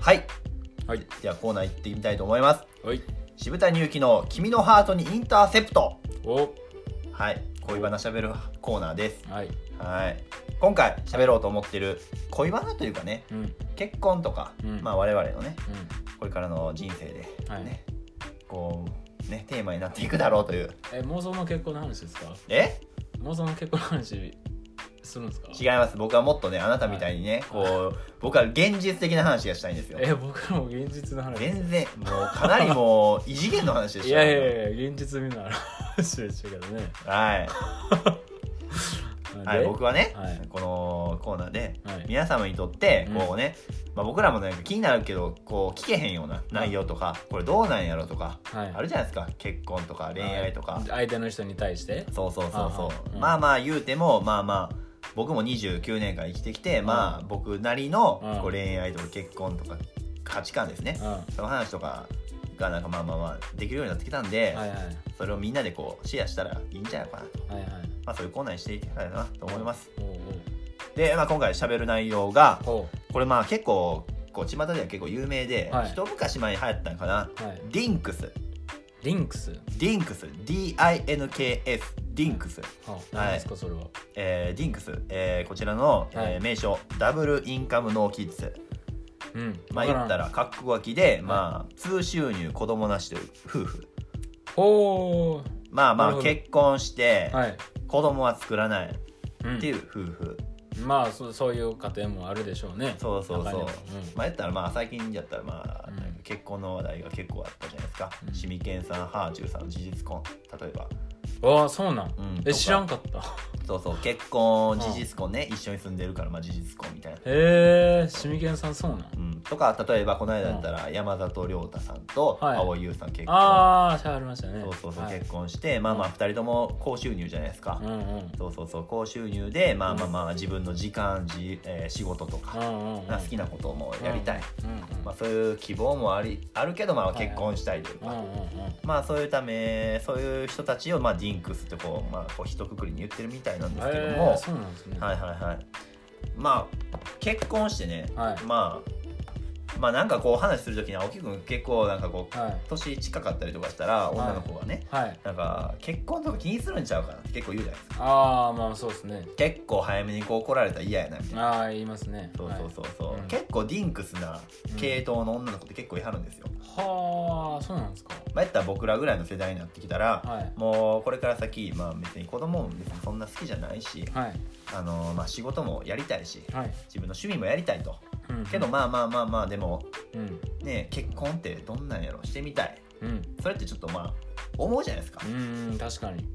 はいはいではコーナー行ってみたいと思いますはい渋谷祐希の「君のハートにインターセプトお」はい恋バナしゃべるコーナーですはいはい今回喋ろうと思ってる恋バナというかねうんうん結婚とか、うんまあ我々のねこれからの人生でね、はいこうねテーマになっていくだろうというえ妄想の結婚の話ですかえ妄想の結婚の話するんですか違います僕はもっとねあなたみたいにね、こう僕は現実的な話がしたいんですよえ僕らも現実の話全然もうかなりもう異次元の話でしたい やいやいや現実味のある話でしたけどねはい、はい、僕はね、はいこのコーナーではい皆様にとってうんこうね、まあ、僕らもなんか気になるけどこう聞けへんような内容とかこれどうなんやろとかはいあるじゃないですか結婚とか恋愛とか相手の人に対してそうそうそうそはう、いはいまあまあ言うてもまあまあ僕も29年間生きてきて、まあ僕なりのうんこう恋愛とか結婚とか価値観ですねうんはその話とかがなんかまあまあまあできるようになってきたんで、いはいはいそれをみんなでこうシェアしたらいいんじゃないかなと、はいまあ、そういうコーナーにしていけたらなと思います、おうおうで、まあ、今回喋る内容がほこれまあ結構こう巷では結構有名で、はい一昔前に流行ったんかなうはいディンクスリンクスディンクス DINKS ディンクス、は何ですかそれはえーディンクス、えーこちらの、えーはい名称ダブルインカムノーキッズうんまあわ言からんったら括弧書きで、まあ通収入子供なしという夫婦ほまあまなあるほど結婚してうはい子供は作らないっっていう夫婦、まあそうそういう家庭もあるでしょうねそうそう中そう、にはまあ言ったらまあ最近だったらまあうんなんか結婚の話題が結構あったじゃないですか、うんシミケンさんハーチューさん事実婚例えば、うんああそうなんうんとえか知らんかったそうそう結婚事実婚ね、一緒に住んでるからまあ事実婚みたいな、へえシミケンさんそうなんうん、とか例えばこの間だったら山里亮太さんとはい蒼井優さん結婚、ああしゃべりましたねそうそうそう、はい結婚してまあまあ2人とも高収入じゃないですか、うんうんそうそうそう高収入でまあまあまあ自分の時間、じえー仕事とうか、んうんうん好きなこともやりたい、うんうんまあ、そういう希望もありあるけど、まあ、結婚したいというか、うんうんうんまあ、そういうためそういう人たちを、まあ、ディンクスってこう、まあ、こう一括りに言ってるみたいなんですけどへもー、そうなんですねはいはいはいまあ結婚してね、はいまあまあなんかこう話する時に青木君結構なんかこうはい年近かったりとかしたらい女の子がね、はいなんか結婚とか気にするんちゃうかなって結構言うじゃないですかああまあそうですね結構早めにこう来られたら嫌やなみたいなああ言いますねそうそうそうそう、はいうん結構ディンクスな系統の女の子って結構いはるんですよ、はあそうなんですかまあ、やったら僕らぐらいの世代になってきたら、はいもうこれから先、まあ、別に子供も別にそんな好きじゃないし、はいあのまあ、仕事もやりたいしはい自分の趣味もやりたいとうんけどまあまあまあまあでもうんね結婚ってどんなんやろしてみたいうんそれってちょっとまあ思うじゃないですかうんうん確かに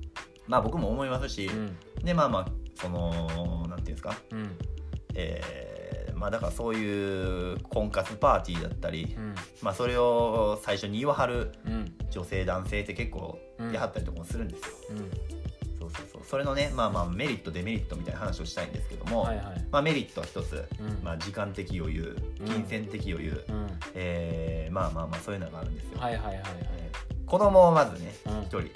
まあ僕も思いますし、うんでまあまあそのなんていうんですかうんえーまあだからそういう婚活パーティーだったり、うんまあそれを最初に言わはるうん女性男性って結構うんやはったりとかもするんですよ、うんそうそうそうそれのねまあまあメリットデメリットみたいな話をしたいんですけども、はいはいまあ、メリットは一つ、うんまあ、時間的余裕うん金銭的余裕、うんえーまあまあまあそういうのがあるんですよ、はいはいはいはいえー子供をまずねうん1人うん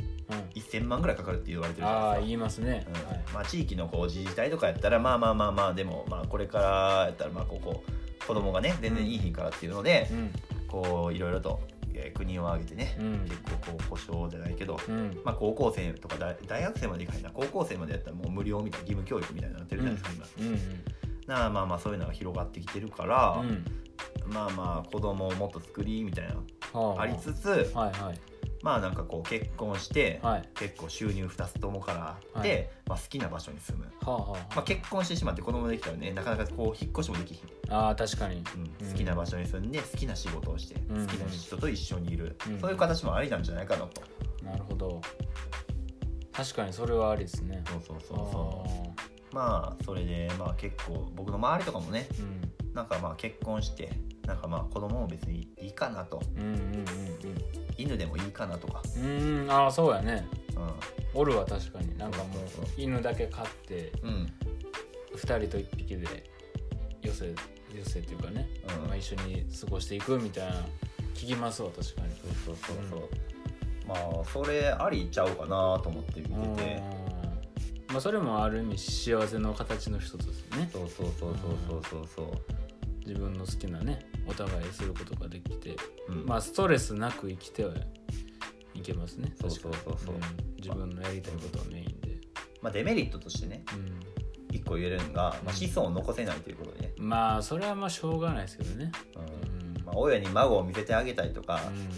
1000万ぐらいかかるって言われてるじゃなあいであすか言いますねうんはいまあ、地域のこう自治体とかやったらまあまあまあまあでもまあこれからやったらまあここ子供がね全然いい日からっていうのでう、んこういろいろと、えー国を挙げてね、うん結構こう故障じゃないけど、うんまあ、高校生とか大大学生までいかないな高校生までやったらもう無料みたいな義務教育みたいになってるじゃないですか、うんうん今なあまあまあそういうのが広がってきてるから、うんまあまあ子供をもっと作りみたいなのはありつつはいはいまあなんかこう結婚して、はい結構収入2つともからあって、はいまあ、好きな場所に住む、はあはあまあ、結婚してしまって子供できたらねなかなかこう引っ越しもできひん、ああ確かにうんうん好きな場所に住んで好きな仕事をして、うん好きな人と一緒にいる、うんそういう形もありなんじゃないかなと、なるほど確かにそれはありですねそうそうそうそううまあそれでまあ結構僕の周りとかもねうんなんかまあ結婚してなんかまあ子供も別にいいかなとうんうん犬でもいいかなとか、うんうんうんああそうやねうおるは確かになんかもうそうそうそう犬だけ飼ってんうん2人と1匹で余生余生っていうかね、うんまあ、一緒に過ごしていくみたいな聞きますわ確かにそうそうそうそう、まあそれありちゃうかなと思って見てて、うんまあそれもある意味幸せの形の一つですよねそうそうそうそうそうそうそう自分の好きなねお互いすることができてうんまあストレスなく生きてはいけますねそうそうそうそう確かにん自分のやりたいことはメインで、まあ、デメリットとしてね一個言えるのが、まあ、子孫を残せないということでね、うん、まあそれはまあしょうがないですけどねうんうん、まあ、親に孫を見せてあげたりとか、う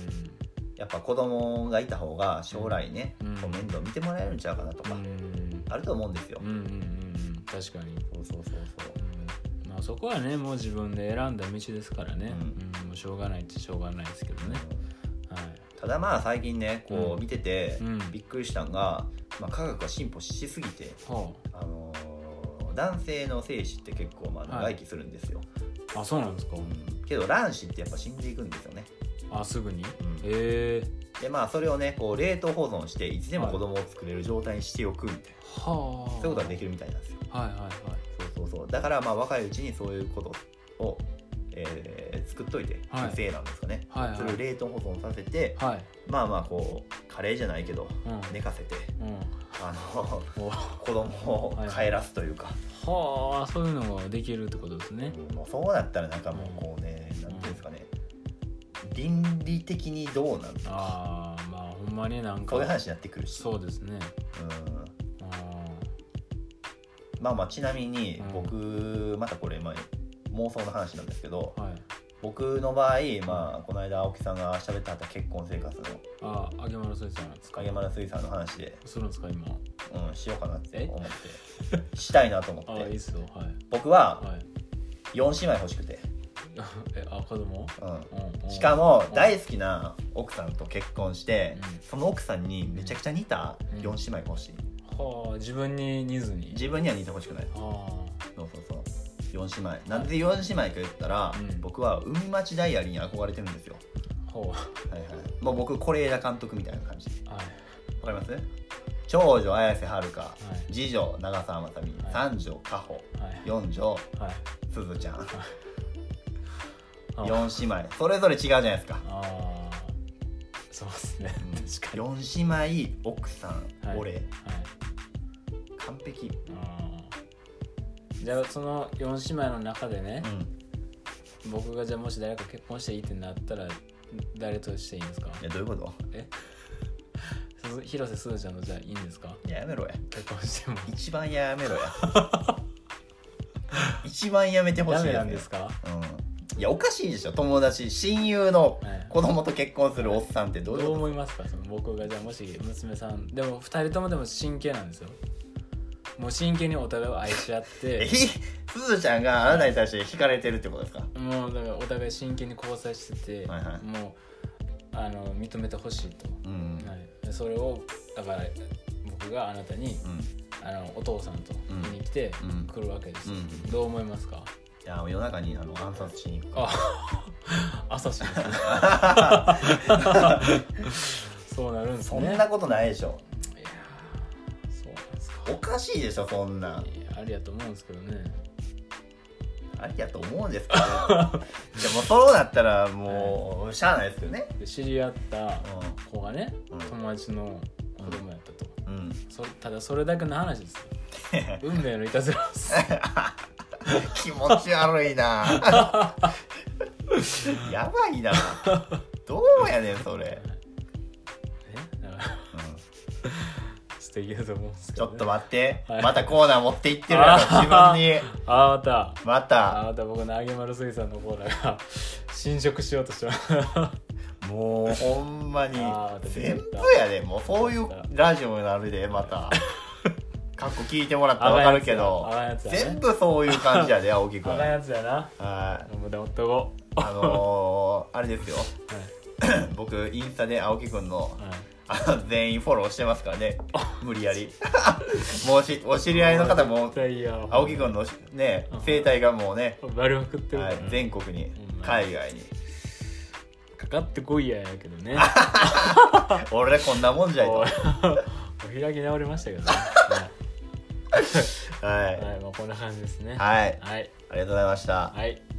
やっぱ子供がいた方が将来ね、うんこう面倒見てもらえるんちゃうかなとか、んあると思うんですよ、うんうんうんうん確かに、そうそうそうそううんまあ、そこはねもう自分で選んだ道ですからね、うんうんもうしょうがないっちゃしょうがないですけどね、はいただまあ最近ねこうんう見ててうんびっくりしたんが、まあ、科学が進歩しすぎて、ほあのー男性の精子って結構まあ長生きするんですよ、うあそうなんですか、うんけど卵子ってやっぱ死んでいくんですよね、あすぐうに、んへえでまあそれをねこう冷凍保存していつでも子供を作れる状態にしておくみたいな、はあそういうことができるみたいなんですよはいはいはいそうそうそうだからまあ若いうちにそういうことを、えー作っといてはい熟成なんですかね、はいそれをは冷凍保存させていはいまあまあこうカレーじゃないけどうん寝かせてうんあの お子供を帰らすというか、はあそういうのができるってことですねうんもうそうなったらなんかもうこうね、なんていうんですかね倫理的にどうなんとかああまあほんまになんかそういう話になってくるし、そうですねうん、あまあまあちなみにうん僕、またこれ、まあ、妄想の話なんですけどあはい僕の場合、まあ、この間青木さんが喋ってはった結婚生活のああげまろそいさんの使い影丸水産の話で、するんですか今うん、しようかなってえ思ってしたいなと思っああいいてっすよはい僕ははい 4姉妹欲しくて、えあ子供うん、うんうんしかも大好きな奥さんと結婚して、うんその奥さんにめちゃくちゃ似たうん4姉妹欲しいはあ自分に似ずに自分には似てほしくないはそうそうそう4姉妹なんで4姉妹か言ったら、うん僕は海町ダイアリーに憧れてるんですよあほはいはいもう僕是枝監督みたいな感じうはいわかります長女綾瀬はるかはい次女長澤まさみはい三女かほはい四女はいすずちゃんあ4姉妹それぞれ違うじゃないですかああそうですね確かに4姉妹奥さんはい俺はい完璧うんじゃあその4姉妹の中でねう、ん僕がじゃあもし誰か結婚していいってなったら誰としていいんですかいやどういうことえすず広瀬すずちゃんのじゃあいいんですかいややめろや結婚しても一番や めろや一番やめてほしダいメやなつんですかうんいやおかしいでしょ友達親友のはい子供と結婚するおっさんってどどういううこ思いますかその僕がじゃあもし娘さんでも2人ともでも真剣なんですよもう真剣にお互いを愛し合っとえてひすずちゃんがあなたに対して惹かれてるってことですかもうだからお互い真剣に交際してて、はいはいもうあの認めてほしいと、うんはい、でそれをだから僕があなたにうんあのお父さんと見に来てうん来るわけです、うんどう思いますかいや夜中にあの暗殺しに行くあ朝しですね そうなるんですそねんなことないでしょいやーそうなんですかおかしいでしょそんなんいやありやと思うんですけどねありやと思うんですけど じゃあもうそうなったらもうしゃあないですけどねで知り合った子がね、うん友達の子供やったと、うん、うん、そただそれだけの話です よ運命のいたずらです気持ち悪いな やばいなどうやねんそれ、えだからうん素敵だと思うんですけちょど、ね、っと待って、はいまたコーナー持っていってるやろ自分にあまたま あたまた僕の揚げ丸水産のコーナーが 侵食しようとしてますもうほんまに あー全部やでもうそういうラジオになるでま たかっこ聞いてもらったら分かるけどあかんやつやあかんやつやね全部そういう感じやで青木あ君かんはいやつやなあもう黙っとこのー、あれ ですようは僕インスタで青木君のいはいあの全員フォローしてますからね無理や りもうしお知り合いの方も絶対嫌青木君のねうん生態がもうね、丸まくってるかはらい、全国にうん海外にかかってこいややけどね俺こんなもんじゃいとお お開き直りましたけどねははい、い。はいまあ、こんな感じですねはい。はいありがとうございました。はい